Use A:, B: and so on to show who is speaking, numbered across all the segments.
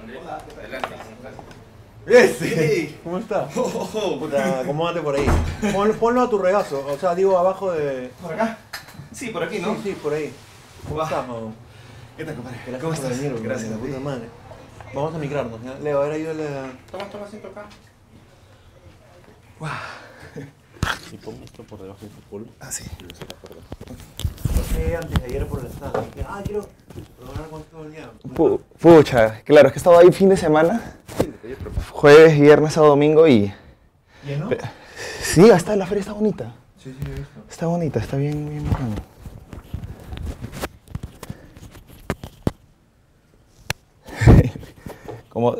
A: Andrés. Adelante.
B: ¡Ese! ¿Cómo está?
A: Este. Oh,
B: Puta, acomódate por ahí. Pon- ponlo a tu regazo, o sea, digo abajo de.
A: ¿Por acá? Sí, por aquí, ¿no?
B: Sí, sí, por ahí. ¿Cómo
A: Va.
B: estás, Mau?
A: ¿Qué tal, compadre?
B: Gracias
A: ¿Cómo
B: por
A: estás?
B: venir,
A: Gracias,
B: hermano,
A: a ti.
B: puta madre. Vamos a micrarnos, ¿ya? Leo, ahora yo le.
A: Toma, toma asiento acá.
C: Y pongo esto por debajo de tu culo.
A: Ah, sí.
C: Y lo sacas por debajo.
B: Pasé antes de ayer por el stand. Dije, ah, quiero programar con todo el día.
D: Pu- Pucha, claro, es que he estado ahí fin de semana, jueves, viernes, sábado, domingo y...
B: ¿Lleno?
D: Sí, hasta la feria está bonita.
B: Sí, sí, lo he visto.
D: Está bonita, está bien, bien bacán. como,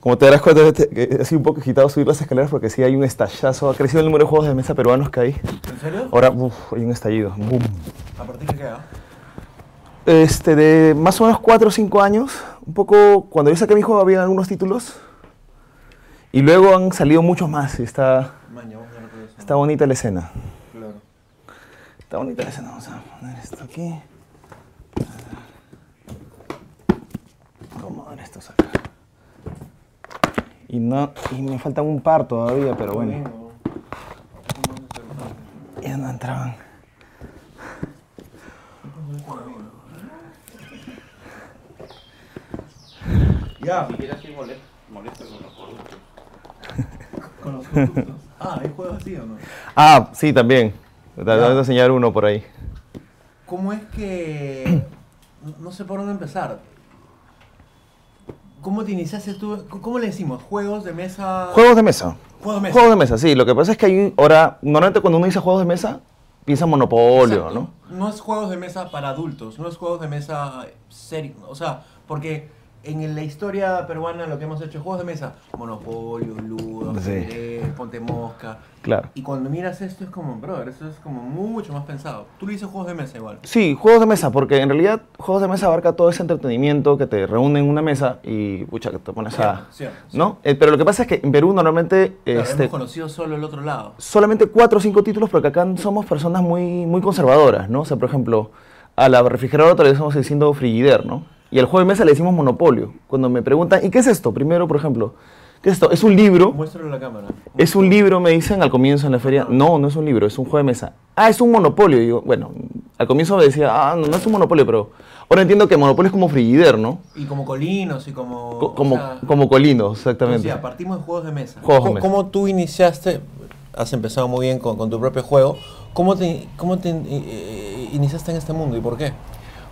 D: como te darás cuenta, este- que he sido un poco agitado subir las escaleras porque sí hay un estallazo. Ha crecido el número de juegos de mesa peruanos que hay.
B: ¿En serio?
D: Ahora, uf, hay un estallido. Boom.
B: ¿A partir de qué? ah?
D: Este, de más o menos 4 o 5 años, un poco, cuando yo saqué mi juego había algunos títulos y luego han salido muchos más y está,
B: Maña, vamos a ver todo eso.
D: está bonita la escena.
B: Claro.
D: Está bonita la escena, vamos a poner esto aquí. Acomodar estos acá. Y, no, y me faltan un par todavía, pero bueno, ya no entraban.
B: Ya,
A: Si quieres ir molest- molesto con los productos.
B: con los productos. Ah, ¿hay juegos así o no?
D: Ah, sí, también. Te voy a enseñar uno por ahí.
B: ¿Cómo es que.? no- No sé por dónde empezar. ¿Cómo te iniciaste tú? C- ¿Cómo le decimos? ¿Juegos de mesa?
D: Juegos de mesa.
B: Juegos de mesa.
D: Juegos de mesa, sí. Lo que pasa es que hay ahora, normalmente cuando uno dice juegos de mesa, piensa en Monopolio,
B: Exacto.
D: ¿no?
B: No es juegos de mesa para adultos, no es juegos de mesa serio. O sea, porque en la historia peruana lo que hemos hecho es juegos de mesa: Monopolio, Ludo,
D: Sí.
B: ajedrez, Ponte Mosca.
D: Claro.
B: Y cuando miras esto es como, brother, eso es como mucho más pensado. Tú le dices juegos de mesa igual.
D: Sí, juegos de mesa, porque en realidad juegos de mesa abarca todo ese entretenimiento que te reúne en una mesa y pucha que te pones a.
B: Sí, sí, sí.
D: ¿No? Eh, pero lo que pasa es que en Perú normalmente
B: Claro,
D: este,
B: hemos conocido solo el otro lado.
D: solamente cuatro o cinco títulos, porque acá somos personas muy, muy conservadoras, ¿no? O sea, por ejemplo, a la refrigeradora le estamos diciendo frigider, ¿no? Y al juego de mesa le decimos monopolio. Cuando me preguntan, ¿y qué es esto? Primero, por ejemplo, ¿qué es esto? Es un libro.
B: Muéstralo a la cámara.
D: Es un libro, me dicen al comienzo en la feria. No, no es un libro, es un juego de mesa. Ah, es un monopolio. Digo, bueno, al comienzo me decía, ah, no, no es un monopolio, pero ahora entiendo que monopolio es como frigider, ¿no?
B: Y como colinos y como...
D: Co-
B: o
D: como,
B: sea,
D: como colino,
B: o
D: exactamente.
B: sea, partimos de juegos de mesa.
D: Juegos de
B: Co-
D: mesa.
B: ¿Cómo tú iniciaste? Has empezado muy bien con, con tu propio juego. ¿Cómo te, cómo te eh, iniciaste en este mundo y por qué?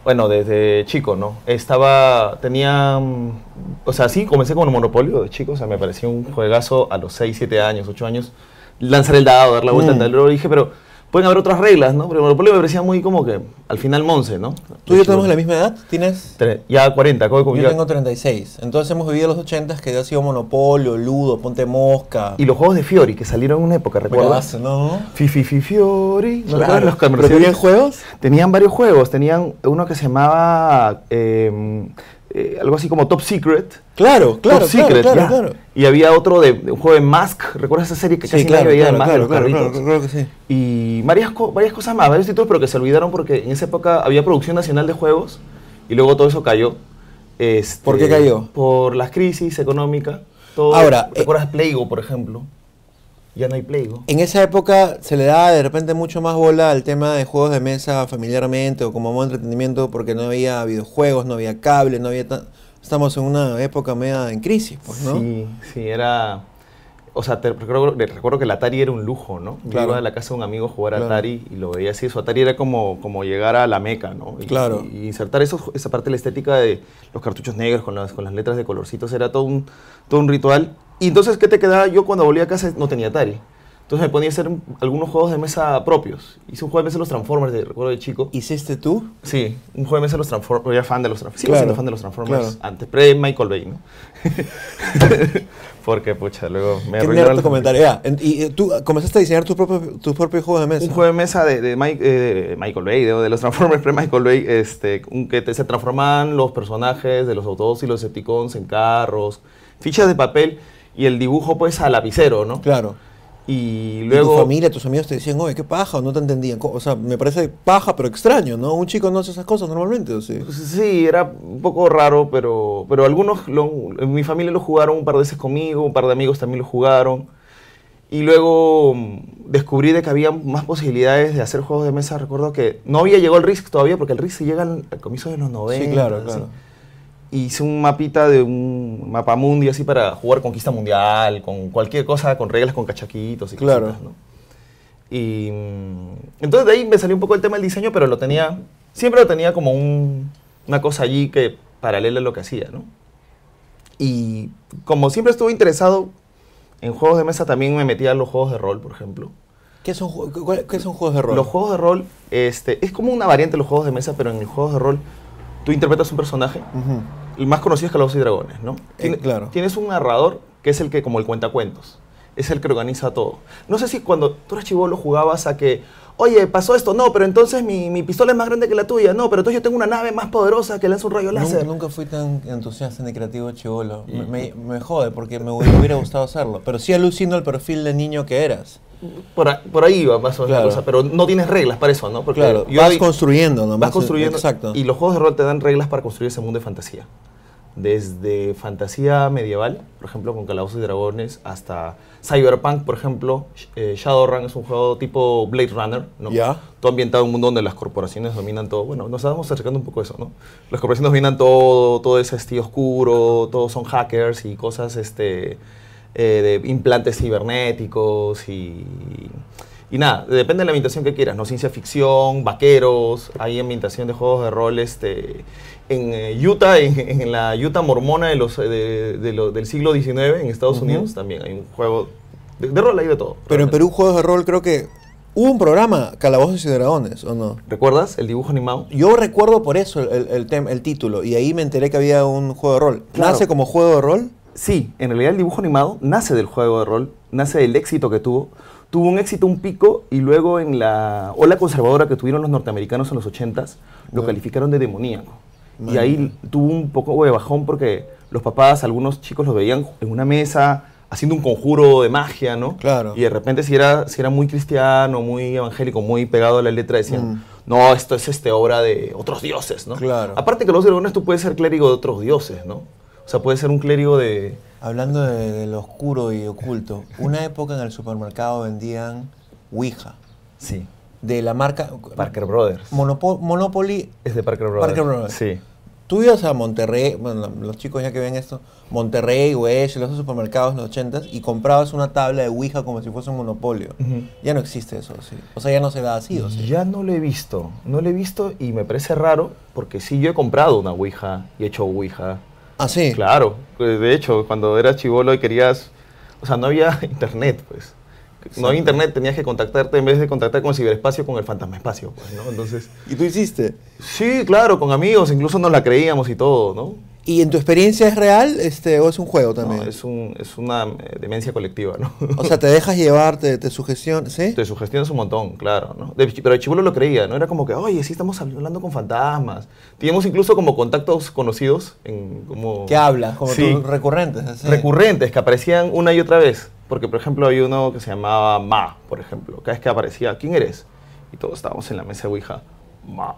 D: Bueno, desde chico, ¿no? Estaba, tenía, mm, o sea, sí, comencé con un monopolio de chico, o sea, me parecía un juegazo a los 6, 7 años, 8 años, lanzar el dado, dar la vuelta
B: Mm.
D: al tablero, dije, pero pueden haber otras reglas, ¿no? Pero el monopolio me parecía muy como que, al final, Monse, ¿no?
B: Tú y yo
D: De
B: tenemos
D: chico.
B: la misma edad, ¿tienes?
D: Tre- Pues Ya 40, acabo de
B: Yo
D: cumplir-
B: tengo 36. Entonces hemos vivido los 80 que ha sido Monopolio, Ludo, Ponte Mosca.
D: Y los juegos de Fiori, que salieron en una época, ¿recuerdas?
B: Bravazo, ¿no?
D: Fifi fi, Fiori. ¿No
B: Claro.
D: recuerdas los
B: ¿Pero
D: comerciales?
B: tenían juegos?
D: Tenían varios juegos. Tenían uno que se llamaba eh, eh, algo así como Top Secret.
B: Claro, claro,
D: Top
B: claro,
D: Secret,
B: claro,
D: ya.
B: claro.
D: Y había otro de, de un juego de Mask. ¿Recuerdas esa serie que casi nadie veía de Mask de los carritos?
B: claro que sí.
D: Y varias, co- varias cosas más, varios títulos, pero que se olvidaron porque en esa época había producción nacional de juegos y luego todo eso cayó. Este,
B: ¿Por qué cayó?
D: Por las crisis económicas. Todo,
B: Ahora, eh,
D: ¿Recuerdas Playgo, por ejemplo? Ya no hay Playgo.
B: En esa época se le daba de repente mucho más bola al tema de juegos de mesa familiarmente o como modo de entretenimiento porque no había videojuegos, no había cable, no había... tan- Estamos en una época media en crisis, pues, ¿no?
D: Sí, sí, era... O sea, te recuerdo, te recuerdo que el Atari era un lujo, ¿no? Yo
B: Claro.
D: iba a la casa de un amigo a jugar
B: Claro.
D: Atari y lo veía así. Su Atari era como, como llegar a la meca, ¿no? Y,
B: Claro.
D: Y insertar eso, esa parte de la estética de los cartuchos negros con las, con las letras de colorcitos era todo un, todo un ritual. Y entonces, ¿qué te quedaba? Yo cuando volví a casa no tenía Atari. Entonces me ponía a hacer un- algunos juegos de mesa propios. Hice un juego de mesa de los Transformers, de, recuerdo de chico.
B: ¿Hiciste tú?
D: Sí, un juego de mesa de los Transformers. Era fan de los Transformers. Sigo
B: Claro,
D: siendo fan de los Transformers.
B: claro.
D: Antes, pre-Michael Bay, ¿no? Porque, pucha, luego me
B: Qué
D: arruinaron
B: nerd tu
D: los-
B: comentario. Ya, en- y eh, tú comenzaste a diseñar tus propios tus propios juegos de mesa.
D: Un juego de mesa de, de Mike- eh, de Michael Bay, de, de los Transformers pre-Michael Bay, este, un, que te- se transformaban los personajes de los Autobots y los Decepticons en carros, fichas de papel y el dibujo, pues, a lapicero, ¿no?
B: Claro.
D: Y
B: Y
D: luego.
B: tu familia, tus amigos te decían, oye, qué paja, o no te entendían. Co- O sea, me parece paja, pero extraño, ¿no? Un chico no hace esas cosas normalmente, ¿o sí?
D: Sí, era un poco raro, pero, pero algunos, lo- en mi familia lo jugaron un par de veces conmigo, un par de amigos también lo jugaron. Y luego mm, descubrí de que había más posibilidades de hacer juegos de mesa. Recuerdo que no había llegado el Risk todavía, porque el Risk se llega al, al comienzo de los 90.
B: Sí, claro,
D: así.
B: claro.
D: Hice un mapita de un mapamundi así para jugar conquista mundial, con cualquier cosa, con reglas, con cachaquitos y
B: Claro.
D: cositas, ¿no? Y mm, entonces de ahí me salió un poco el tema del diseño, pero lo tenía, siempre lo tenía como un- una cosa allí que paralela a lo que hacía, ¿no? Y como siempre estuve interesado en juegos de mesa, también me metía a los juegos de rol, por ejemplo.
B: ¿Qué son, ju- cu- cuál- qué son juegos de rol?
D: Los juegos de rol, este, es como una variante de los juegos de mesa, pero en los juegos de rol tú interpretas un personaje
B: Ujú.
D: el más conocido es Calabozos y Dragones, ¿no?
B: Eh,
D: Tien-
B: claro.
D: Tienes un narrador que es el que, como el cuentacuentos, es el que organiza todo. No sé si cuando tú eras chivolo jugabas a que, oye, pasó esto, no, pero entonces mi, mi pistola es más grande que la tuya, no, pero entonces yo tengo una nave más poderosa que lanza un rayo
B: Nun-
D: láser.
B: Nunca fui tan entusiasta ni creativo chivolo. Me, me- me jode porque me hubiera me hubiera gustado hacerlo. Pero sí alucino el perfil de niño que eras.
D: Por, a- por ahí va más o menos la
B: Claro.
D: cosa, pero no tienes reglas para eso, ¿no? Porque
B: claro,
D: yo
B: vas
D: doy-
B: construyendo nomás.
D: vas construyendo.
B: Exacto.
D: Y los juegos de rol te dan reglas para construir ese mundo de fantasía. Desde fantasía medieval, por ejemplo, con Calabozos y Dragones, hasta Cyberpunk, por ejemplo. Sh- eh, Shadowrun es un juego tipo Blade Runner, ¿no?
B: Ya.
D: Todo ambientado en un mundo donde las corporaciones dominan todo. Bueno, nos estamos acercando un poco a eso, ¿no? Las corporaciones dominan todo, todo ese estilo oscuro, todos son hackers y cosas, este, eh, de implantes cibernéticos y, y nada, depende de la ambientación que quieras, ¿no? Ciencia ficción, vaqueros, hay ambientación de juegos de rol, este, en eh, Utah, en, en la Utah mormona de los, eh, de- de lo- del siglo XIX en Estados
B: Ujú.
D: Unidos también hay un juego de, de rol, hay de todo.
B: Pero en
D: realmente.
B: Perú juegos de rol creo que hubo un programa, Calabozos y Dragones, ¿o no?
D: ¿Recuerdas el dibujo animado?
B: Yo recuerdo por eso el, el- el tem- el título y ahí me enteré que había un juego de rol.
D: Claro.
B: ¿Nace como juego de rol?
D: Sí, en realidad el dibujo animado nace del juego de rol, nace del éxito que tuvo. Tuvo un éxito, un pico, y luego en la ola conservadora que tuvieron los norteamericanos en los 80s, lo
B: Ya.
D: calificaron de demoníaco. Y
B: Manja.
D: ahí tuvo un poco de bajón porque los papás, algunos chicos los veían en una mesa haciendo un conjuro de magia, ¿no?
B: Claro.
D: Y de repente si era, si era muy cristiano, muy evangélico, muy pegado a la letra, decían,
B: Mm.
D: no, esto es este, obra de otros dioses, ¿no?
B: Claro.
D: Aparte que los dragones tú puedes ser clérigo de otros dioses, ¿no? O sea, puedes ser un clérigo de...
B: Hablando de, de lo oscuro y oculto, una época en el supermercado vendían Ouija
D: Sí.
B: de la marca
D: Parker Brothers.
B: Monopo- Monopoly.
D: Es de Parker Brothers.
B: Parker Brothers.
D: Sí.
B: Tú ibas a Monterrey, bueno, los chicos ya que ven esto, Monterrey, Hueso, los supermercados en los 80 y comprabas una tabla de Ouija como si fuese un monopolio.
D: Ujú.
B: Ya no existe eso, sí. O sea, ya no se da así, o sí.
D: Ya no lo he visto. No lo he visto y me parece raro porque sí, yo he comprado una Ouija y he hecho Ouija.
B: Ah, sí.
D: Claro, pues, de hecho, cuando eras chivolo y querías, o sea, no había internet, pues. No había internet, tenías que contactarte en vez de contactar con el ciberespacio, con el fantasma espacio, pues, ¿no? Entonces,
B: ¿Y tú hiciste?
D: sí, claro, con amigos, incluso nos la creíamos y todo, ¿no?
B: ¿Y en tu experiencia es real este, o es un juego también?
D: No, es, un, es una eh, demencia colectiva, ¿no?
B: O sea, te dejas llevar, te, te sugestionas, ¿sí?
D: Te sugestionas un montón, claro, ¿no? De chi- pero el chivolo lo creía, ¿no? Era como que, oye, sí estamos hablando con fantasmas. Teníamos incluso como contactos conocidos en como...
B: Que hablas, como
D: Sí.
B: tus recurrentes. así.
D: recurrentes que aparecían una y otra vez. Porque, por ejemplo, había uno que se llamaba Ma, por ejemplo. Cada vez que aparecía, ¿quién eres? Y todos estábamos en la mesa de Ouija. Ma.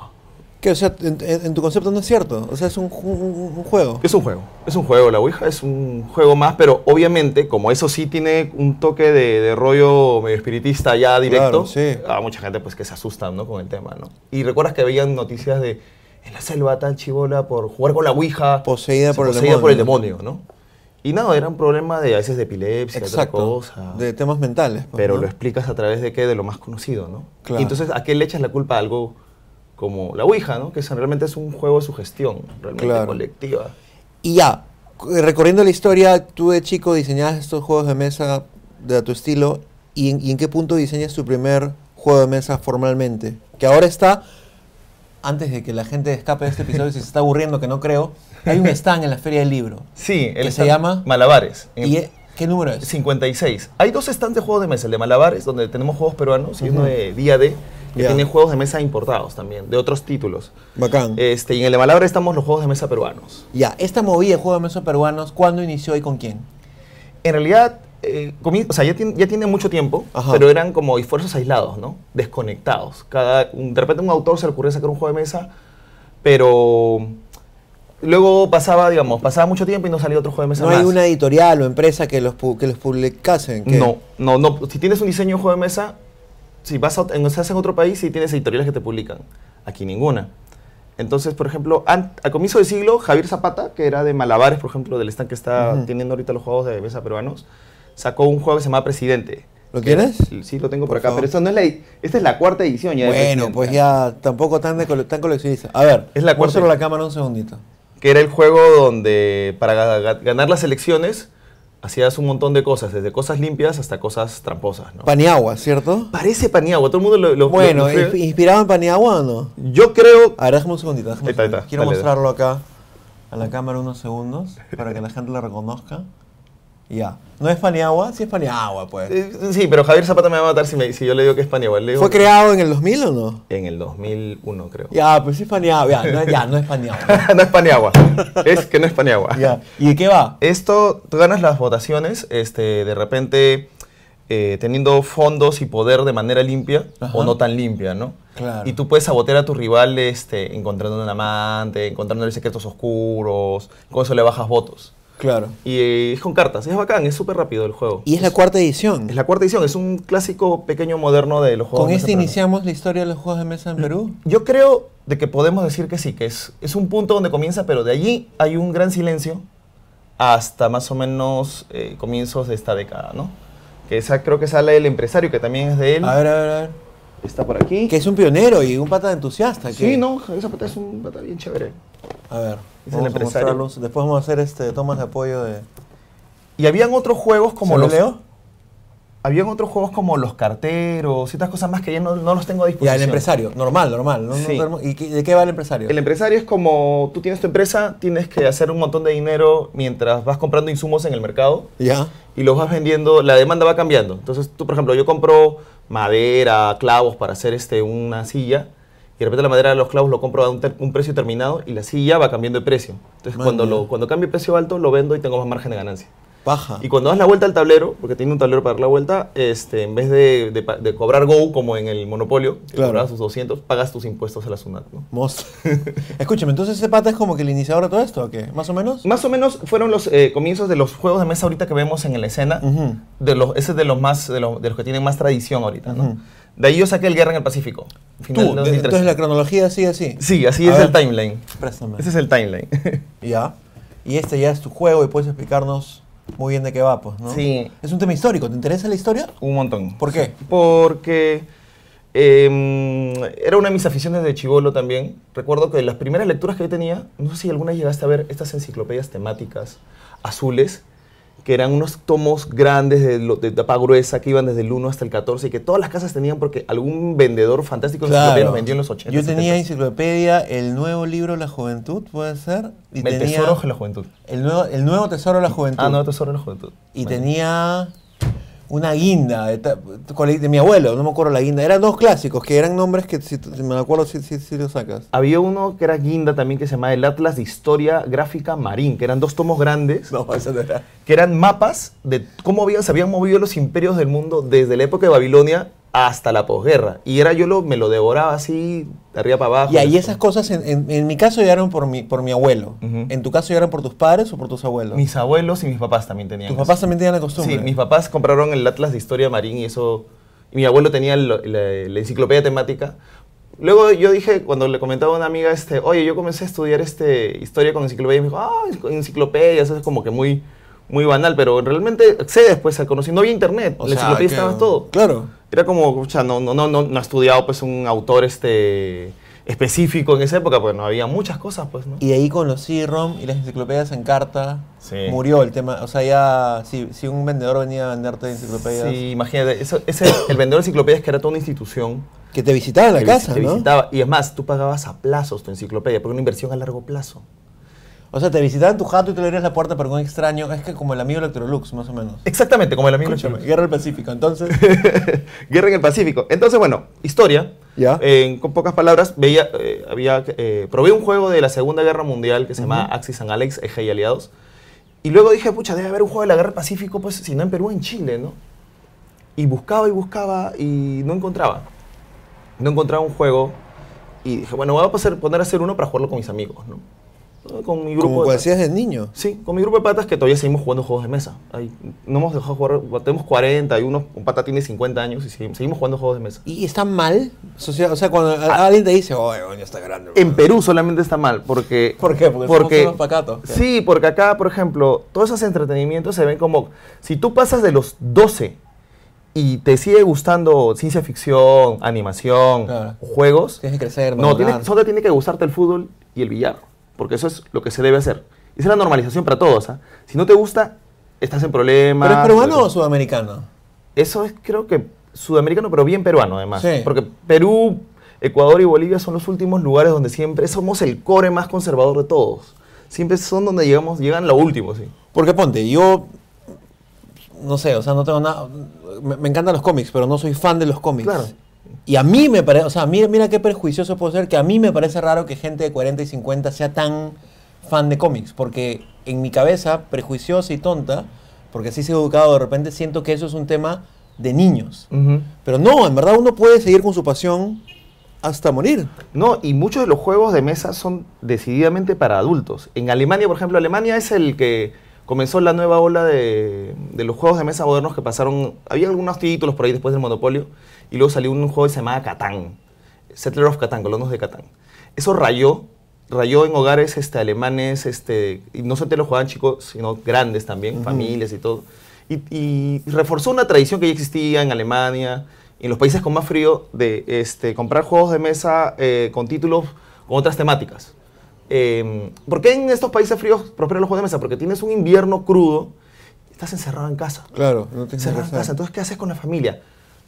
B: Que, o sea, en, en- en tu concepto no es cierto. O sea, es un, ju- un- un juego.
D: Es un juego, es un juego, la Ouija es un juego más, pero obviamente, como eso sí tiene un toque de, de rollo medio espiritista ya directo,
B: Claro, sí.
D: a mucha gente pues que se asustan ¿no? con el tema, ¿no? Y recuerdas que veían noticias de en la selva tal chivola por jugar con la Ouija.
B: Poseída
D: se
B: por el
D: poseía por el
B: demonio.
D: demonio, ¿no? Y nada, era un problema de a veces de epilepsia, otra
B: Exacto.
D: cosa.
B: De temas mentales. pues,
D: Pero
B: ¿no?
D: lo explicas a través de qué? De lo más conocido, ¿no?
B: Claro.
D: Y entonces, ¿a qué le echas la culpa a algo como la Ouija, ¿no? Que es- realmente es un juego de sugestión, realmente
B: Claro.
D: colectiva.
B: Y ya, c- recorriendo la historia, tú de chico diseñabas estos juegos de mesa de a tu estilo. ¿Y en, y en qué punto diseñas tu primer juego de mesa formalmente? Que ahora está, antes de que la gente escape de este episodio, si se está aburriendo, que no creo, hay un stand en la Feria del Libro.
D: Sí,
B: ¿Qué
D: el
B: se
D: stand-
B: llama?
D: Malabares. en
B: ¿Y eh, qué número es?
D: 56. Hay dos stands de juegos de mesa, el de Malabares, donde tenemos juegos peruanos, y uno
B: Ujú.
D: de Día D, que
B: Ya.
D: tiene juegos de mesa importados también, de otros títulos.
B: Bacán.
D: Este, y en el de Malabares estamos los juegos de mesa peruanos.
B: Ya, esta movida de juegos de mesa peruanos, ¿cuándo inició y con quién?
D: En realidad, eh, comí- o sea, ya tiene, ya tiene mucho tiempo,
B: Ajá.
D: pero eran como esfuerzos aislados, ¿no? Desconectados. Cada, un- de repente un autor se le ocurrió sacar un juego de mesa, pero luego pasaba, digamos, pasaba mucho tiempo y no salía otro juego de mesa
B: No
D: más.
B: hay una editorial o empresa que los, pu- que los publicasen. que-
D: No, no, no. Si tienes un diseño de juego de mesa, si vas a, ot- en, o sea, en otro país, si tienes editoriales que te publican. Aquí ninguna. Entonces, por ejemplo, an- a comienzo del siglo, Javier Zapata, que era de Malabares, por ejemplo, del stand que está teniendo ahorita los juegos de mesa peruanos, sacó un juego que se llama Presidente.
B: ¿Lo
D: Que-
B: tienes?
D: Sí, lo tengo por,
B: Por
D: acá,
B: favor.
D: pero esto no es la, ed- esta es la cuarta edición ya. de
B: Bueno,
D: Presidente.
B: pues ya tampoco tan, de cole- tan coleccionista. A ver,
D: Es la cuarta.
B: muéstralo a la cámara un segundito.
D: que era el juego donde para ga- ga- ganar las elecciones hacías un montón de cosas, desde cosas limpias hasta cosas tramposas, ¿no?
B: Paniagua, ¿cierto?
D: Parece Paniagua, todo el mundo lo... lo-
B: bueno,
D: lo- lo-
B: insp- ¿inspirado en Paniagua o no?
D: Yo creo...
B: A ver, déjame un segundito. déjame un
D: Ahí está, ahí
B: segundito.
D: está,
B: Quiero
D: dale,
B: mostrarlo acá a la cámara unos segundos para que la gente lo reconozca. Ya. ¿No es Paniagua? Sí es Paniagua, pues.
D: eh, sí, pero Javier Zapata me va a matar si, me- si yo le digo que es Paniagua. Le digo-
B: ¿Fue creado en el 2000 o no?
D: En el 2001, creo.
B: Ya, pues sí es Paniagua. Ya, no, ya, no es Paniagua.
D: no es Paniagua. Es que no es Paniagua.
B: Ya. ¿Y de qué va?
D: Esto, tú ganas las votaciones, este, de repente eh, teniendo fondos y poder de manera limpia
B: Ajá.
D: o no tan limpia, ¿no?
B: Claro.
D: Y tú puedes sabotear a tu rival este, encontrando un amante, encontrándole secretos oscuros, con eso le bajas votos.
B: Claro.
D: Y eh, es con cartas, es bacán, es súper rápido el juego.
B: Y es la cuarta edición.
D: Es la cuarta edición, es un clásico pequeño moderno de los juegos
B: Con
D: de
B: este
D: mesa peruanos.
B: iniciamos la historia de los juegos de mesa en Perú.
D: Yo creo de que podemos decir que sí, que es, es un punto donde comienza, pero de allí hay un gran silencio hasta más o menos eh, comienzos de esta década, ¿no? Que esa creo que sale el empresario, que también es de él.
B: A ver, a ver, a ver.
D: Está por aquí.
B: Que es un pionero y un pata entusiasta. que-
D: Sí, no, Javier Zapata es un pata bien chévere.
B: A ver, vamos
D: Es el
B: a
D: empresario.
B: mostrarlos. Después vamos a hacer este tomas de apoyo de.
D: Y habían otros juegos como
B: ¿Se lo
D: los...
B: leo?
D: Habían otros juegos como los carteros y estas cosas más que ya no, no los tengo a
B: Ya,
D: disposición.
B: el empresario. Normal, normal. ¿no? No
D: Sí.
B: tenemos- ¿Y qué- de qué va el empresario?
D: El em- empresario es como tú tienes tu empresa, tienes que hacer un montón de dinero mientras vas comprando insumos en el mercado.
B: ya.
D: y los vas vendiendo, la demanda va cambiando. Entonces, tú, por ejemplo, yo compro madera, clavos para hacer este, una silla, y de repente la madera de los clavos lo compro a un, ter- un precio terminado y la silla va cambiando de precio. Entonces,
B: Man,
D: cuando,
B: ya.
D: lo, cuando cambie el precio alto, lo vendo y tengo más margen de ganancia.
B: Paja.
D: Y cuando das la vuelta al tablero, porque tiene un tablero para dar la vuelta, este, en vez de, de pa- de cobrar Go como en el Monopolio, que
B: Claro.
D: cobrabas tus 200, pagas tus impuestos a la SUNAT. ¿no?
B: Monstruo. Escúchame, entonces ese pata es como que el iniciador de todo esto, ¿o qué? ¿Más o menos?
D: Más o menos fueron los eh, comienzos de los juegos de mesa ahorita que vemos en la escena.
B: Ujú.
D: de los, ese es de los, más, de, los, de los que tienen más tradición ahorita, ¿no?
B: Ujú.
D: De ahí yo saqué el Guerra en el Pacífico. final
B: Tú,
D: de
B: de-
D: 2013.
B: entonces la cronología sigue así.
D: Sí, así
B: A
D: es
B: ver.
D: el timeline.
B: Préstame.
D: Ese es el timeline.
B: Ya. Y este ya es tu juego y puedes explicarnos muy bien de qué va, pues, ¿no?
D: Sí.
B: Es un tema histórico. ¿Te interesa la historia?
D: Un montón.
B: ¿Por qué?
D: Porque em, era una de mis aficiones de chivolo también. Recuerdo que las primeras lecturas que yo tenía, no sé si alguna llegaste a ver estas enciclopedias temáticas azules, que eran unos tomos grandes de, lo- de tapa gruesa que iban desde el 1 hasta el 14 y que todas las casas tenían porque algún vendedor fantástico de enciclopedias los vendió en los 80.
B: Yo tenía
D: 70.
B: enciclopedia, el nuevo libro de la juventud, puede ser. Y
D: El
B: tenía
D: tesoro de la juventud.
B: el nuevo, el nuevo tesoro de la juventud.
D: Ah, no, tesoro de la juventud.
B: Y
D: Bueno.
B: tenía una guinda de, ta- cole- de mi abuelo, no me acuerdo la guinda. Eran dos clásicos que eran nombres que si, t- si me acuerdo si, si, si lo sacas.
D: Había uno que era guinda también que se llamaba el Atlas de Historia Gráfica Marín, que eran dos tomos grandes,
B: No, eso no era.
D: que eran mapas de cómo habían, se habían movido los imperios del mundo desde la época de Babilonia hasta la posguerra. Y era yo lo, me lo devoraba así, de arriba para abajo.
B: Y ahí esas cosas, en, en- en mi caso, llegaron por mi, por mi abuelo.
D: Ujú.
B: En tu caso, llegaron por tus padres o por tus abuelos.
D: Mis abuelos y mis papás también tenían.
B: tus
D: eso.
B: papás también tenían la costumbre.
D: Sí, mis papás compraron el Atlas de Historia Marín y eso. Y mi abuelo tenía el- la, la enciclopedia temática. Luego yo dije, cuando le comentaba a una amiga, este, oye, yo comencé a estudiar este, historia con enciclopedia, y me dijo, ah, enciclopedias, eso es como que muy, muy banal, pero realmente accedes pues al conocimiento. No había internet,
B: O
D: la
B: sea,
D: enciclopedia
B: que-
D: estaba todo.
B: Claro.
D: Era como, o sea, no, no, no, no, no ha estudiado pues un autor este, específico en esa época, porque no había muchas cosas pues, ¿no?
B: Y de ahí con los CD-ROM y las enciclopedias en carta,
D: Sí.
B: murió el tema. O sea, ya si, si un vendedor venía a venderte enciclopedias,
D: Sí, imagínate, eso- ese, el vendedor de enciclopedias que era toda una institución,
B: que te visitaba en la
D: te vis-
B: casa,
D: te
B: ¿no?
D: visitaba. Y es más, tú pagabas a plazos tu enciclopedia, porque era una inversión a largo plazo.
B: O sea, te visitaban tu jato y te le abrías la puerta para un extraño. Es que como el amigo Electrolux, más o menos.
D: Exactamente, como el amigo
B: Escúchame,
D: Cholo.
B: Guerra del Pacífico. Entonces,
D: Guerra en el Pacífico. Entonces, bueno, historia.
B: Ya.
D: Eh, con pocas palabras, veía, eh, había, eh, probé un juego de la Segunda Guerra Mundial que se llama Axis and Alex, Eje y E Aliados. Y luego dije, pucha, debe haber un juego de la guerra del Pacífico, pues, si no en Perú, en Chile, ¿no? Y buscaba y buscaba y no encontraba. No encontraba un juego. Y dije, bueno, voy a pasar- poner a hacer uno para jugarlo con mis amigos, ¿no? Con mi grupo.
B: Como
D: de-
B: cuando hacías de niño.
D: Sí, con mi grupo de patas que todavía seguimos jugando juegos de mesa. Ay, no hemos dejado de jugar, tenemos 40 y unos, un pata tiene 50 años y segui- seguimos jugando juegos de mesa.
B: ¿Y está mal? O sea, o sea, cuando
D: Ah.
B: a- alguien te dice, oye, coño, está grande.
D: En
B: bro".
D: Perú solamente está mal, porque...
B: ¿Por qué? Porque somos unos pacatos.
D: Sí, porque acá, por ejemplo, todos esos entretenimientos se ven como... Si tú pasas de los 12 y te sigue gustando ciencia ficción, animación,
B: Claro.
D: juegos...
B: Tienes que crecer,
D: No,
B: madurar.
D: tienes, solo tiene que gustarte el fútbol y el billar, porque eso es lo que se debe hacer. Esa es la normalización para todos, ¿ah? Si no te gusta, estás en problemas...
B: ¿Pero es peruano
D: Luego-
B: o sudamericano?
D: eso es, creo que, sudamericano, pero bien peruano además.
B: Sí.
D: Porque Perú, Ecuador y Bolivia son los últimos lugares donde siempre somos el core más conservador de todos. Siempre son donde llegamos, llegan lo último, sí.
B: Porque ponte, yo no sé, o sea, no tengo nada. Me, me encantan los cómics, pero no soy fan de los cómics.
D: Claro.
B: Y a mí me parece, o sea, mira, mira qué perjuicioso puedo ser que a mí me parece raro que gente de 40 y 50 sea tan fan de cómics, porque en mi cabeza, prejuiciosa y tonta, porque así se educado, de repente siento que eso es un tema de niños. Pero no, en verdad uno puede seguir con su pasión hasta morir.
D: No, y muchos de los juegos de mesa son decididamente para adultos. En Alemania, por ejemplo, Alemania es el que comenzó la nueva ola de, de los juegos de mesa modernos que pasaron. Había algunos títulos por ahí después del Monopolio, y luego salió un juego que se llamaba Catán. Settler of Catán, colonos de Catán. Eso rayó, rayó en hogares este, alemanes, este, y no solamente lo jugaban chicos, sino grandes también, familias y todo. Y, y reforzó una tradición que ya existía en Alemania, en los países con más frío, de este, comprar juegos de mesa eh, con títulos con otras temáticas. Eh, ¿Por qué en estos países fríos prosperan los juegos de mesa? Porque tienes un invierno crudo, estás encerrado en casa.
B: Claro, no tienes
D: Cerrar casa. Entonces, ¿qué haces con la familia?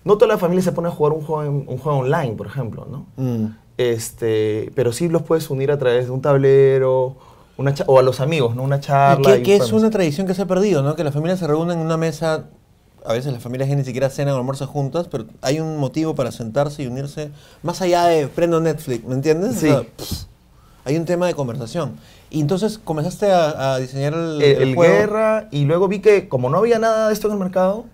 D: No toda la familia se pone a jugar un juego, en- un juego online, por ejemplo, ¿no?
B: Mm.
D: Este, pero sí los puedes unir a través de un tablero, una cha- o a los amigos, ¿no? Una
B: Y
D: charla.
B: que,
D: y
B: que es
D: juegos.
B: una tradición que se ha perdido, ¿no? Que las familias se reúnen en una mesa, a veces las familias ya ni siquiera cenan o almuerzan juntas, pero hay un motivo para sentarse y unirse, más allá de prendo Netflix, ¿me entiendes? O
D: Sí.
B: sea, pss, hay un tema de conversación. Y entonces comenzaste a, a diseñar el,
D: El, Eh, el
B: el juego
D: guerra, y luego vi que como no había nada de esto en el mercado,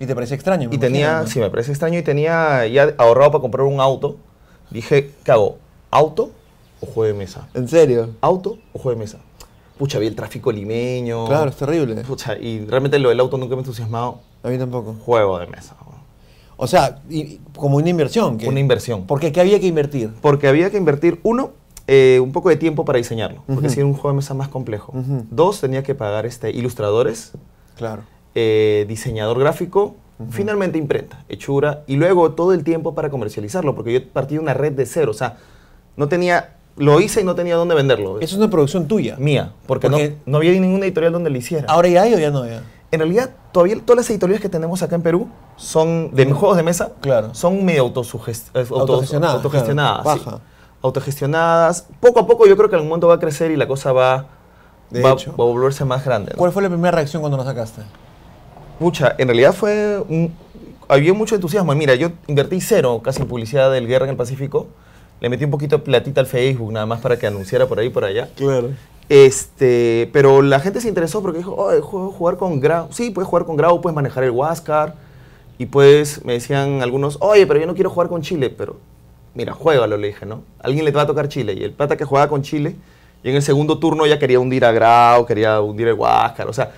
B: y te parecía extraño. me
D: y tenía,
B: imagino, ¿no?
D: sí, me parece extraño, y tenía ya ahorrado para comprar un auto, dije, ¿qué hago? ¿Auto o juego de mesa?
B: ¿En serio?
D: ¿Auto o juego de mesa? Pucha, vi el tráfico limeño.
B: Claro, es terrible.
D: Pucha, y realmente lo del auto nunca me ha entusiasmado.
B: A mí tampoco.
D: Juego de mesa. weón.
B: O sea, y- y como una inversión. que-
D: Una inversión.
B: Porque ¿qué había que invertir?
D: Porque había que invertir, uno, eh, un poco de tiempo para diseñarlo, porque
B: Ujú.
D: si era un juego de mesa más complejo.
B: Ujú.
D: Dos, tenía que pagar este, ilustradores,
B: Claro.
D: eh, diseñador gráfico, finalmente imprenta, hechura, y luego todo el tiempo para comercializarlo, porque yo partí de una red de cero, o sea, no tenía, lo hice y no tenía dónde venderlo.
B: Eso es una producción tuya.
D: mía, porque, no-
B: Porque-
D: no, había ninguna editorial donde lo hiciera.
B: ¿Ahora ya hay o ya no hay?
D: En realidad, todavía todas las editoriales que tenemos acá en Perú son de juegos de mesa,
B: Claro.
D: son medio autosugest- eh, auto-
B: Autogestionadas,
D: autogestionadas,
B: claro,
D: sí.
B: baja.
D: Autogestionadas. Poco a poco yo creo que algún momento va a crecer y la cosa va,
B: De
D: va,
B: hecho.
D: va a volverse más grande. ¿no?
B: ¿Cuál fue la primera reacción cuando lo sacaste?
D: Pucha, en realidad fue un- había mucho entusiasmo. Mira, yo invertí cero casi en publicidad del Guerra en el Pacífico. Le metí un poquito de platita al Facebook nada más para que anunciara por ahí y por allá.
B: Claro.
D: Este, pero la gente se interesó porque dijo, oh, juego- jugar con Grau. Sí, puedes jugar con Grau, puedes manejar el Huáscar. Y pues me decían algunos, oye, pero yo no quiero jugar con Chile. Pero mira, juégalo, le dije, ¿no? Alguien le va a tocar Chile. Y el pata que jugaba con Chile, y en el segundo turno ya quería hundir a Grau, quería hundir el Huáscar. O sea,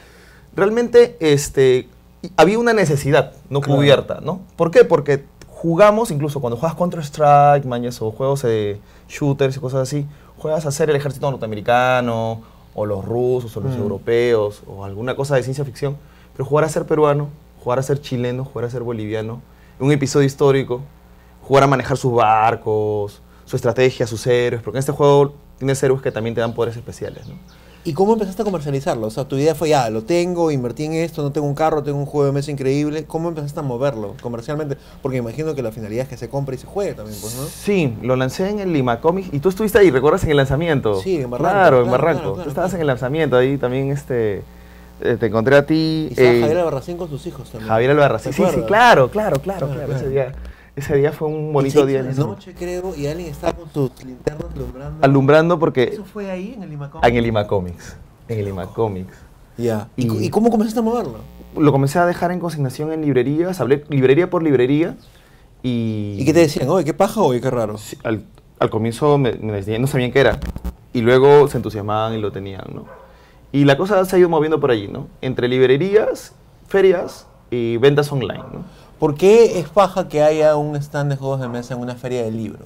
D: realmente este, y- había una necesidad no
B: Claro.
D: cubierta, ¿no? ¿Por qué? Porque jugamos, incluso cuando juegas Counter-Strike, mañas, o juegos de shooters y cosas así, juegas a ser el ejército norteamericano, o los rusos, o los
B: Mm.
D: europeos, o alguna cosa de ciencia ficción, pero jugar a ser peruano, jugar a ser chileno, jugar a ser boliviano, un episodio histórico, jugar a manejar sus barcos, su estrategia, sus héroes, porque en este juego tienes héroes que también te dan poderes especiales, ¿no?
B: ¿Y cómo empezaste a comercializarlo? O sea, tu idea fue, ya, lo tengo, invertí en esto, no tengo un carro, tengo un juego de mesa increíble. ¿Cómo empezaste a moverlo comercialmente? Porque imagino que la finalidad es que se compre y se juegue también, pues, ¿no?
D: Sí, lo lancé en el Lima Comics y tú estuviste ahí, ¿recuerdas en el lanzamiento?
B: Sí, en Barranco,
D: Claro, en
B: claro,
D: Barranco.
B: claro, claro,
D: tú estabas
B: claro.
D: en el lanzamiento ahí también, este, eh, te encontré a
B: Y
D: ti.
B: estaba
D: eh,
B: Javier Albarracín con sus hijos también.
D: Javier Albarracín.
B: ¿Te
D: Sí, sí,
B: acuerdas?
D: claro, claro, claro,
B: Claro,
D: claro.
B: claro.
D: Ese día, ese día fue un bonito
B: Seis
D: día.
B: de
D: en
B: la
D: ese-
B: noche, creo, y alguien estaba con sus linternas alumbrando.
D: Alumbrando porque Ah,
B: ¿Eso fue ahí, en el Limacón?
D: en el Lima Comics, en el Lima Comics.
B: Ya. ¿Y, cu-
D: Y-
B: y cómo comenzaste a moverlo?
D: Lo comencé a dejar en consignación en librerías, hablé librería por librería y...
B: ¿Y qué te decían? Oye, qué paja, oye, qué raro.
D: Sí, al, al comienzo me, me decían, no sabían qué era. Y luego se entusiasmaban y lo tenían, ¿no? Y la cosa se ha ido moviendo por allí, ¿no? Entre librerías, ferias y ventas online, ¿no?
B: ¿Por qué es paja que haya un stand de juegos de mesa en una feria de libro?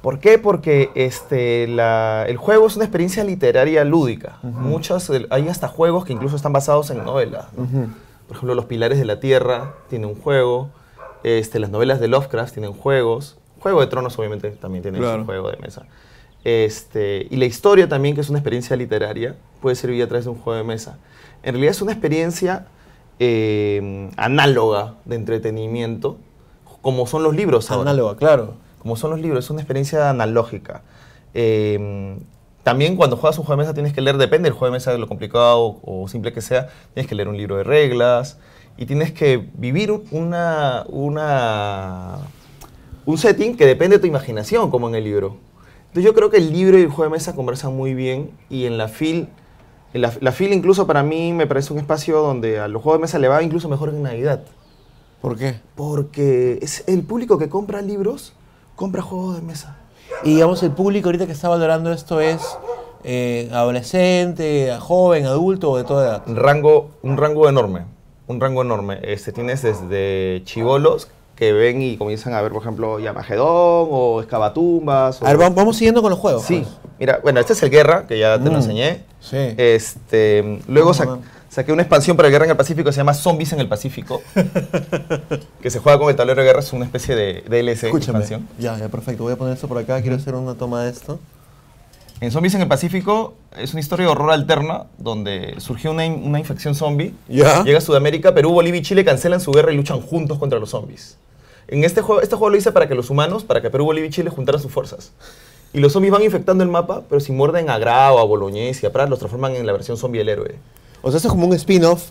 D: ¿Por qué? Porque este, la- el juego es una experiencia literaria lúdica. Muchas, del- hay hasta juegos que incluso están basados en novelas. ¿no? Por ejemplo, Los Pilares de la Tierra tiene un juego. Este, las novelas de Lovecraft tienen juegos. Juego de Tronos, obviamente, también tiene
B: Claro.
D: un juego de mesa. Este, y la historia también, que es una experiencia literaria, puede servir a través de un juego de mesa. En realidad es una experiencia eh, análoga de entretenimiento, como son los libros ahora
B: Análoga, claro.
D: como son los libros, es una experiencia analógica. Eh, también cuando juegas un juego de mesa tienes que leer, depende del juego de mesa, de lo complicado o, o simple que sea, tienes que leer un libro de reglas y tienes que vivir un- una, una, un setting que depende de tu imaginación, como en el libro. Entonces yo creo que el libro y el juego de mesa conversan muy bien y en la FIL, en la, la FIL incluso para mí me parece un espacio donde a los juegos de mesa le va incluso mejor que en Navidad.
B: ¿Por qué?
D: Porque es el público que compra libros compra juegos de mesa.
B: Y digamos, el público ahorita que está valorando esto es eh, adolescente, joven, adulto o de toda edad.
D: Un rango, un rango enorme. Un rango enorme. Este, tienes desde chivolos que ven y comienzan a ver, por ejemplo, Yamagedón o Escabatumbas. o-
B: A ver, vam- vamos siguiendo con los juegos.
D: Sí.
B: pues.
D: Mira, bueno, este es el Guerra, que ya te
B: Mm,
D: lo enseñé.
B: sí.
D: Este, luego sa-
B: man.
D: saqué una expansión para el Guerra en el Pacífico que se llama Zombies en el Pacífico. que se juega con el tablero de guerra, es una especie de DLC
B: Escúchame.
D: expansión.
B: Ya, ya, perfecto. Voy a poner esto por acá. Quiero hacer una toma de esto.
D: En Zombies en el Pacífico es una historia de horror alterna donde surgió una, in- una infección zombie.
B: Ya.
D: Llega a Sudamérica, Perú, Bolivia y Chile cancelan su guerra y luchan juntos contra los zombies. En este juego, este juego lo hice para que los humanos, para que Perú, Bolivia y Chile juntaran sus fuerzas. Y los zombies van infectando el mapa, pero si muerden a Grau, a Boloñés y a Prat, los transforman en la versión zombie del héroe.
B: O sea, esto es como un spin-off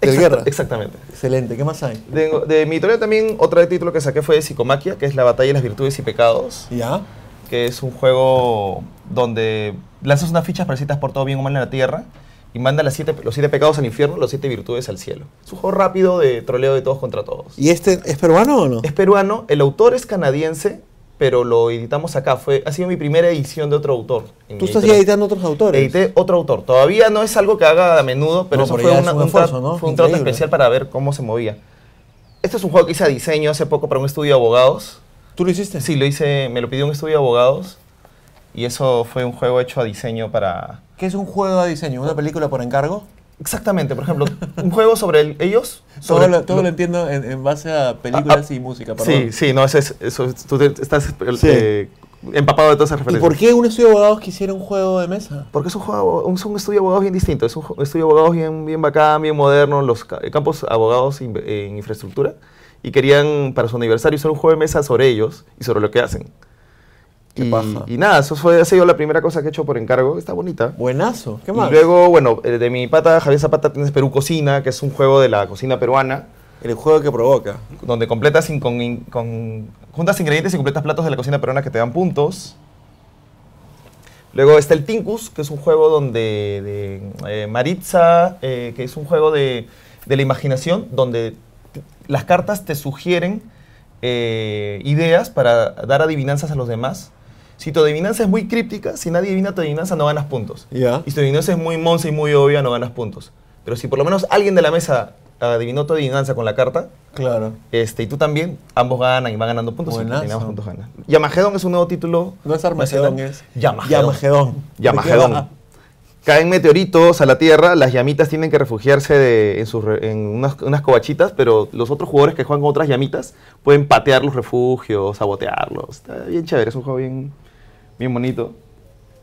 B: de
D: Exacta-
B: guerra.
D: Exactamente.
B: Excelente. ¿Qué más hay?
D: De, de mi historia también, otro título que saqué fue de Psicomaquia, que es La batalla de las virtudes y pecados.
B: Ya.
D: que es un juego donde lanzas unas fichas para si te has portado bien o mal en la tierra y manda las siete, los siete pecados al infierno, los siete virtudes al cielo. Es un juego rápido de troleo de todos contra todos.
B: ¿Y este es peruano o no?
D: Es peruano, el autor es canadiense, pero lo editamos acá. Fue, ha sido mi primera edición de otro autor. en
B: Tú
D: mi
B: estás ya
D: editorial.
B: editando otros autores.
D: Edité otro autor. Todavía no es algo que haga a menudo, pero
B: No,
D: eso
B: pero
D: fue,
B: ya es
D: una-
B: un
D: un,
B: esfuerzo,
D: trato-
B: ¿no?
D: fue un trato
B: Increíble.
D: especial para ver cómo se movía. Este es un juego que hice a diseño hace poco para un estudio de abogados.
B: ¿Tú lo hiciste?
D: Sí, lo hice, me lo pidió un estudio de abogados y eso fue un juego hecho a diseño para...
B: ¿Qué es un juego de diseño? ¿Una película por encargo?
D: Exactamente, por ejemplo, un juego sobre el- ellos.
B: Todo,
D: Sobre
B: lo, todo
D: lo-
B: lo entiendo en, en base a películas
D: Ah, ah,
B: y música,
D: Sí,
B: perdón.
D: sí, no, eso es, eso es- tú te- estás
B: Sí.
D: eh, empapado de todas
B: ¿Y
D: esas referencias.
B: por qué un estudio de abogados quisiera un juego de mesa?
D: Porque es un, juego, un, es un estudio de abogados bien distinto, es un ju- estudio de abogados bien, bien bacán, bien moderno, los ca- eh, campos abogados in- en infraestructura, y querían para su aniversario hacer un juego de mesa sobre ellos y sobre lo que hacen.
B: Qué
D: y,
B: paja.
D: y nada, eso fue, ha sido la primera cosa que he hecho por encargo, está bonita.
B: Buenazo. ¿Qué más?
D: Y luego, bueno, eh, de mi pata, Javier Zapata, tienes Perú Cocina, que es un juego de la cocina peruana,
B: El juego que provoca.
D: donde completas in- con, in- con- juntas ingredientes y completas platos de la cocina peruana que te dan puntos. Luego está el Tinkus, que es un juego donde de, eh, Maritza, eh, que es un juego de, de la imaginación, donde t- las cartas te sugieren eh, ideas para dar adivinanzas a los demás. Si tu adivinanza es muy críptica, si nadie adivina tu adivinanza, no ganas puntos.
B: Ya.
D: Y si tu adivinanza es muy monza y muy obvia, no ganas puntos. Pero si por lo menos alguien de la mesa adivinó tu adivinanza con la carta,
B: Claro.
D: este, y tú también, ambos ganan y van ganando puntos. y
B: Buenazo.
D: terminamos juntos ganan. Yamagedón es un nuevo título.
B: No es Armagedón,
D: nacional.
B: es
D: Yamagedón.
B: Yamagedón.
D: Yamagedón.
B: ¿De qué va?
D: Caen meteoritos a la Tierra, las llamitas tienen que refugiarse de- en, sus re- en unas, unas covachitas, pero los otros jugadores que juegan con otras llamitas pueden patear los refugios, sabotearlos. Está bien chévere, es un juego bien, bien bonito.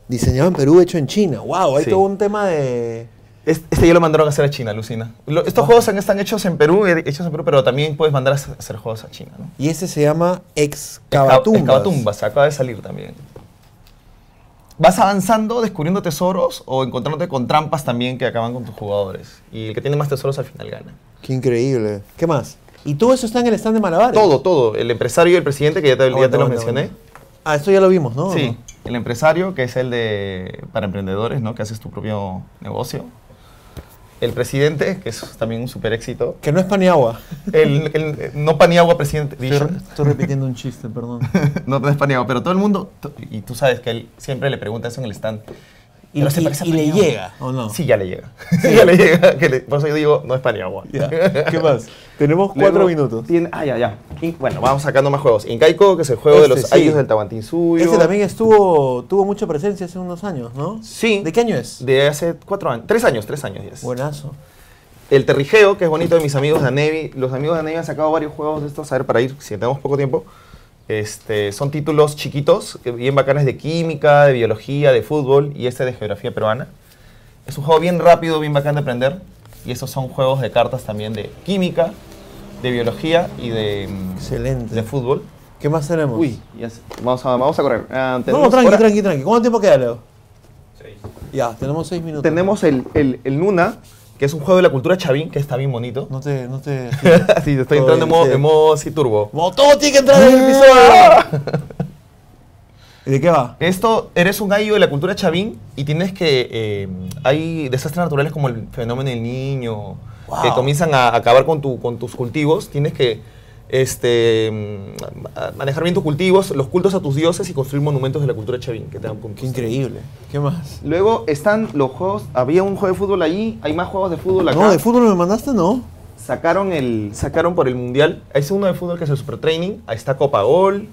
B: Diseñado en Perú, hecho en China. Wow, hay
D: Sí.
B: todo un tema de...
D: Es- Este ya lo mandaron a hacer a China, Lucina. estos juegos han- están hechos en Perú, he- hechos en Perú, pero también puedes mandar a hacer hacer juegos a China, ¿no?
B: Y este se llama
D: Excava-
B: Excavatumbas.
D: Excavatumbas, acaba de salir también. Vas avanzando, descubriendo tesoros o encontrándote con trampas también que acaban con tus jugadores. Y el que tiene más tesoros al final gana.
B: Qué increíble. ¿Qué más? Y todo eso está en el stand de Malabares.
D: Todo, todo. El empresario y el presidente, que ya te, ya
B: Aguanta,
D: te lo
B: aguanta,
D: mencioné.
B: aguanta. Ah, esto ya lo vimos, ¿no?
D: Sí, el empresario, que es el de para emprendedores, ¿no? Que haces tu propio negocio. el presidente, que es también un super éxito.
B: Que no es Paniagua.
D: El, el- no Paniagua Presidente Edition.
B: repitiendo un chiste, perdón.
D: No, no es Paniagua, pero todo el mundo, tú- y tú sabes que él siempre le pregunta eso en el stand.
B: Y,
D: Pero se
B: y-
D: parece a
B: y le
D: Paniagua.
B: llega, ¿o no?
D: Sí, ya le llega. ya le llega. que le- por eso yo digo, no es Paniagua.
B: Ya. ¿Qué más? este Tenemos cuatro
D: Luego
B: minutos.
D: tiene- ah, ya, ya. Y, bueno, vamos sacando más juegos. Incaico, que es el juego
B: Este,
D: de los
B: sí.
D: ayos del Tahuantinsuyo.
B: Este también estuvo, tuvo mucha presencia hace unos años, ¿no?
D: Sí.
B: ¿De qué año es?
D: De hace cuatro años. Tres años, tres años ya es.
B: Buenazo.
D: El Terrigeo, que es bonito de mis amigos de Anevi. Los amigos de Anevi han sacado varios juegos de estos. A ver, para ir, si tenemos poco tiempo. Este, son títulos chiquitos, que bien bacanes de química, de biología, de fútbol y este de geografía peruana. Es un juego bien rápido, bien bacán de aprender. Y estos son juegos de cartas también de química, de biología y de, mm,
B: Excelente.
D: de fútbol.
B: ¿Qué más tenemos?
D: Uy, ya sé. Vamos a, vamos a correr. Ah,
B: No,
D: tenemos
B: no, tranqui,
D: ahora-
B: tranqui, tranqui. ¿Cuánto tiempo queda, Leo? Seis. Ya, tenemos seis minutos.
D: Tenemos el, el, el Nuna, que es un juego de la cultura chavín, que está bien bonito.
B: No te, no te...
D: sí, estoy
B: Todo
D: entrando en
B: bien,
D: modo,
B: sí.
D: en modo sí turbo.
B: Bueno, todo tiene que entrar en el episodio! ¿Y de qué va?
D: Esto, eres un gallo de la cultura chavín y tienes que... eh, hay desastres naturales como el fenómeno del niño,
B: Wow.
D: que comienzan a acabar con, tu, con tus cultivos. Tienes que este, mm, a- manejar bien tus cultivos, los cultos a tus dioses y construir monumentos de la cultura chavín que te dan puntos.
B: Qué increíble. ¿Qué más?
D: Luego están los juegos, había un juego de fútbol allí, hay más juegos de fútbol acá.
B: No, ¿de fútbol me mandaste? No.
D: Sacaron el sacaron por el mundial. Es uno de fútbol que es el Super Training. Ahí está Copa Gol.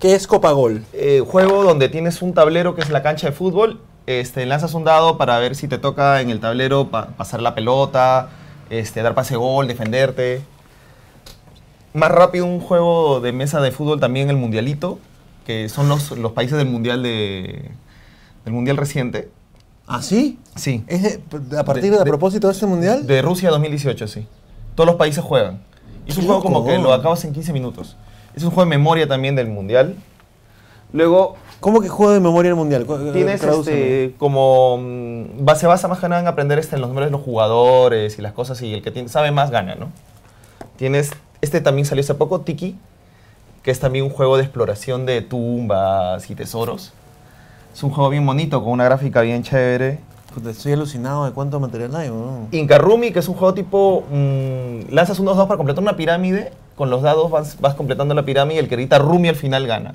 B: ¿Qué es Copagol?
D: Eh, juego donde tienes un tablero que es la cancha de fútbol. Este, lanzas un dado para ver si te toca en el tablero pa- pasar la pelota, este, dar pase gol, defenderte. Más rápido un juego de mesa de fútbol también el mundialito, que son los, los países del mundial de del mundial reciente.
B: ¿Ah, sí?
D: Sí.
B: ¿Es de- a partir
D: De-
B: de, a
D: de-
B: propósito de este mundial?
D: De Rusia 2018, sí. Todos los países juegan. Y es un
B: Qué
D: juego como
B: loco.
D: que lo acabas en 15 minutos. Es un juego de memoria también del mundial. Luego
B: ¿Cómo que juego de memoria el mundial? Cu-
D: tienes
B: Eh, tradúceme.
D: este, como. mm, va- Se basa más que nada en aprender este, en los nombres de los jugadores y las cosas, y el que tiene- sabe más gana, ¿no? Tienes. Este también salió hace poco, Tiki, que es también un juego de exploración de tumbas y tesoros. Es un juego bien bonito, con una gráfica bien chévere.
B: Puta, Estoy alucinado de cuánto material hay, weón.
D: Inca Rumi, que es un juego tipo. mm, lanzas unos dados para completar una pirámide. Con los dados vas, vas completando la pirámide y el que grita Rumi al final gana.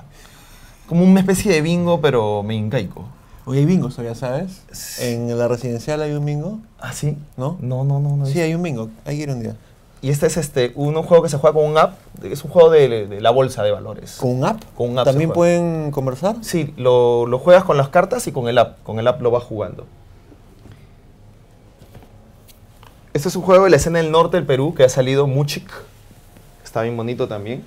D: Como una especie de bingo, pero me incaico.
B: Oye, hay bingos todavía, ¿sabes? En la residencial hay un bingo.
D: ¿Ah, sí?
B: ¿No?
D: No, no, no. no
B: Sí, hay un bingo. Hay que ir un día.
D: Y este es este, un, un juego que se juega con un app. Es un juego de, de la bolsa de valores.
B: ¿Con un app?
D: Con un app
B: ¿También
D: se juega.
B: pueden conversar?
D: Sí, lo, lo juegas con las cartas y con el app. Con el app lo vas jugando. Este es un juego de la escena del norte del Perú que ha salido Muchik. Está bien bonito también.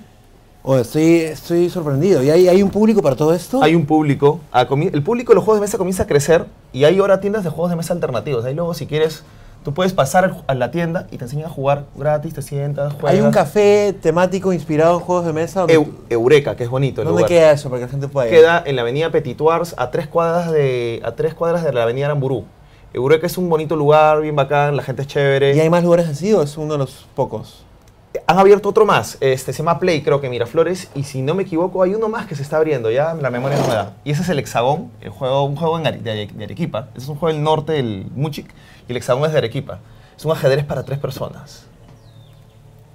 B: Oye, estoy, estoy sorprendido. ¿Y hay, hay un público para todo esto?
D: Hay un público. a comi- el público de los juegos de mesa comienza a crecer y hay ahora tiendas de juegos de mesa alternativos. Ahí luego, si quieres, tú puedes pasar al ju- a la tienda y te enseñan a jugar gratis, te sientas, juegas.
B: Hay un café temático inspirado en juegos de mesa. donde-
D: Eu- Eureka, que es bonito el
B: ¿Dónde
D: lugar.
B: queda eso para que la gente pueda ir?
D: Queda en la avenida Petituars, a tres cuadras de, a tres cuadras de la avenida Aramburú. Eureka es un bonito lugar, bien bacán, la gente es chévere.
B: ¿Y hay más lugares así o es uno de los pocos?
D: Han abierto otro más, este, se llama Play, creo que en Miraflores, y si no me equivoco, hay uno más que se está abriendo, ya la memoria no me da. Y ese es el Hexagón, el juego, un juego en Are- de, Are- de Arequipa. Ese es un juego del norte, del Muchic, y el Hexagón es de Arequipa. Es un ajedrez para tres personas.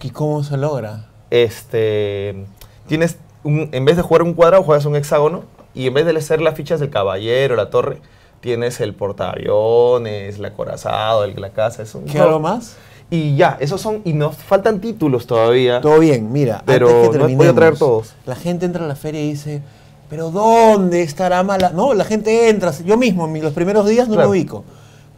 B: ¿Y cómo se logra?
D: Este, tienes, un- en vez de jugar un cuadrado, juegas un hexágono, y en vez de ser las fichas del caballero, la torre, tienes el portaaviones, el acorazado, el, la casa. Es un
B: ¿Qué
D: juego-
B: algo más?
D: Y ya, esos son, y nos faltan títulos todavía.
B: Todo bien, mira,
D: Ah. Pero
B: antes que
D: no voy a
B: terminemos,
D: traer todos.
B: La gente entra a la feria y dice, pero ¿dónde estará mala? No, la gente entra, yo mismo, en mi- los primeros días no
D: Claro.
B: me ubico.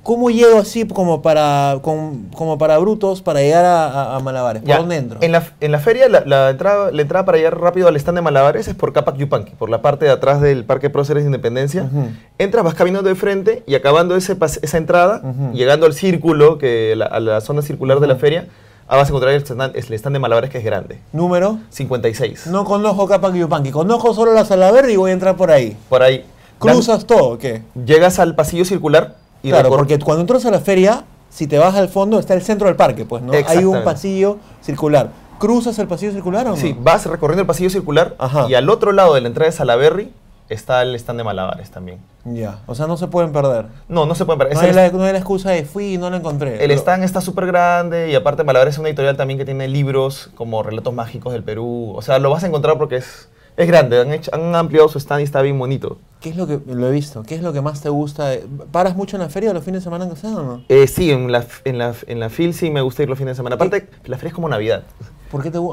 B: ¿Cómo llego así como para, con- como para brutos para llegar a, a- a Malabares? ¿Por
D: Ya,
B: dónde entro?
D: En la, en la feria, la, la entrada, la entrada para llegar rápido al stand de Malabares es por Capac Yupanqui, por la parte de atrás del Parque Próceres de Independencia.
B: Ujú.
D: Entras, vas caminando de frente y acabando ese pas- esa entrada,
B: Ujú.
D: llegando al círculo, que la- a la zona circular de la feria, ah, vas a encontrar el stand, el stand de Malabares que es grande.
B: Número,
D: 56.
B: no conozco Capac y Yupanqui, conozco solo la Sala Verde y voy a entrar por ahí.
D: Por ahí.
B: ¿Cruzas todo o qué?
D: Dan- llegas al pasillo circular y
B: claro,
D: recor-
B: porque cuando entras a la feria, si te vas al fondo está el centro del parque, pues, ¿no? Hay un
D: Exactamente.
B: pasillo circular. ¿Cruzas el pasillo circular o no?
D: Sí, vas recorriendo el pasillo circular
B: Ajá.
D: y al otro lado de la entrada de Salaberry está el stand de malabares también.
B: Ya. O sea, no se pueden perder.
D: No, no se pueden perder.
B: No
D: Ese
B: hay,
D: es-
B: la, no hay la excusa de fui y no la encontré.
D: El
B: Lo-
D: stand está súper grande y aparte Malabares es una editorial también que tiene libros como Relatos Mágicos del Perú. O sea, lo vas a encontrar porque es, es grande. Han, hecho- han ampliado su stand y está bien bonito.
B: ¿Qué es lo que lo he visto? ¿Qué es lo que más te gusta? de- ¿Paras mucho en la feria los fines de semana en casa o no?
D: Eh, sí, en la, en, la, en la FIL sí me gusta ir los fines de semana. Aparte, la feria es como Navidad.
B: ¿Por qué te gu-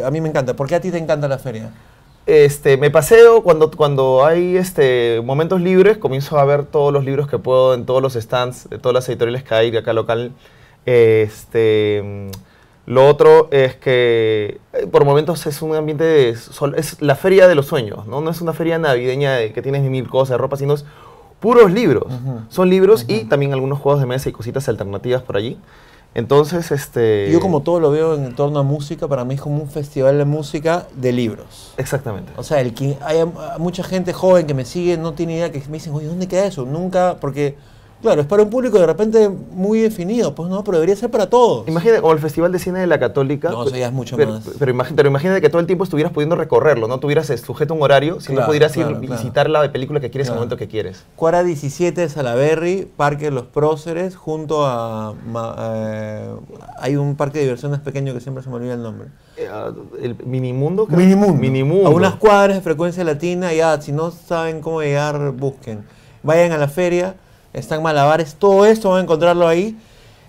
B: a, a- a mí me encanta. ¿Por qué a ti te encanta la feria?
D: Este, me paseo cuando, cuando hay este, momentos libres, comienzo a ver todos los libros que puedo en todos los stands, de todas las editoriales que hay de acá local. Este, mm, lo otro es que eh, por momentos es un ambiente, de sol- es la feria de los sueños, ¿no? No es una feria navideña de que tienes mil cosas de ropa, sino es puros libros.
B: Ujú.
D: Son libros y también algunos juegos de mesa y cositas alternativas por allí. Entonces, este...
B: Yo como todo lo veo en torno a música, para mí es como un festival de música de libros.
D: Exactamente.
B: O sea, el que hay a- a mucha gente joven que me sigue no tiene idea que me dicen, oye, ¿dónde queda eso? Nunca, porque, claro, es para un público de repente muy definido, pues no, pero debería ser para todos.
D: Pues Imagina, como el Festival de Cine de la Católica.
B: No, eso ya es mucho
D: pero,
B: más.
D: Pero, imagi- pero imagina que todo el tiempo estuvieras pudiendo recorrerlo, no tuvieras eh, sujeto a un horario, sino
B: Claro,
D: pudieras ir
B: claro,
D: y
B: claro.
D: visitar la película que quieres en
B: Claro.
D: el momento que quieres.
B: Cuara 17 de Salaberry, Parque de los Próceres, junto a... ma- eh, hay un parque de diversiones pequeño que siempre se me olvida el nombre.
D: Eh, ah, el Minimundo, creo.
B: Minimundo.
D: Minimundo.
B: A unas cuadras de frecuencia latina, ya, si no saben cómo llegar, busquen. Vayan a la feria, están malabares, todo esto van a encontrarlo ahí.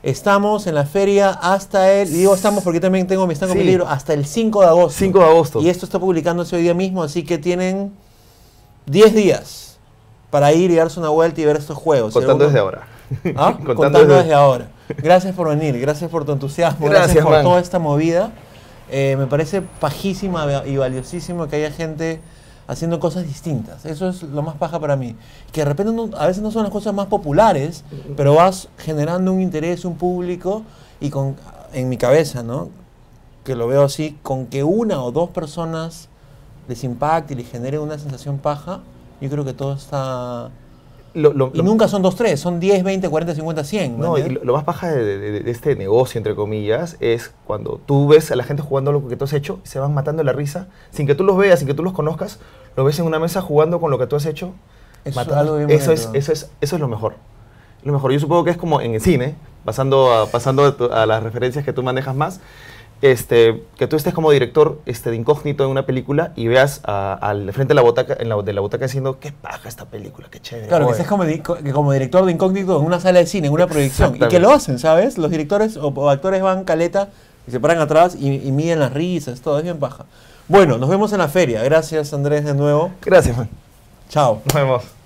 B: Estamos en la feria hasta el, y digo estamos porque también tengo mi stand con mi
D: Sí.
B: libro, hasta el 5 de agosto.
D: 5 de agosto.
B: Y esto está publicándose hoy día mismo, así que tienen 10 días para ir y darse una vuelta y ver estos juegos. Seguro-
D: Contando desde ahora.
B: ¿Ah?
D: Contando
B: Contando,
D: desde-
B: desde... ahora. Gracias por venir, gracias por tu entusiasmo, gracias,
D: Gracias,
B: por
D: man.
B: toda esta movida. Eh, me parece pajísima va- y valiosísimo que haya gente haciendo cosas distintas. Eso es lo más paja para mí. Que de repente no- a veces no son las cosas más populares, pero vas generando un interés, un público y con, en mi cabeza, ¿no? Que lo veo así, con que una o dos personas les impacte y les genere una sensación paja, yo creo que todo está...
D: Lo- lo-
B: Y
D: lo-
B: nunca son dos, tres, son 10, 20, 40, 50, 100.
D: No, y
B: ¿entiendes?
D: lo, lo más paja de, de- de este negocio, entre comillas, es cuando tú ves a la gente jugando lo que tú has hecho, se van matando la risa, sin que tú los veas, sin que tú los conozcas, los ves en una mesa jugando con lo que tú has hecho.
B: Eso es
D: matando-
B: algo bien
D: eso, es,
B: bonito.
D: eso, es, eso es lo mejor. Lo mejor, yo supongo que es como en el cine, pasando a, pasando a, tu- a las referencias que tú manejas más, este, que tú estés como director este, de incógnito en una película y veas a- al frente de la butaca, en la, de la butaca diciendo, qué paja esta película, qué chévere.
B: Claro, que
D: oye".
B: estés como, di- co- que como director de incógnito en una sala de cine, en una proyección. Y que
D: Exactamente.
B: lo hacen, ¿sabes? Los directores o, o actores van caleta y se paran atrás y, y miden las risas, todo es bien paja. Bueno, nos vemos en la feria. Gracias, Andrés, de nuevo.
D: Gracias, man.
B: Chao.
D: Nos vemos.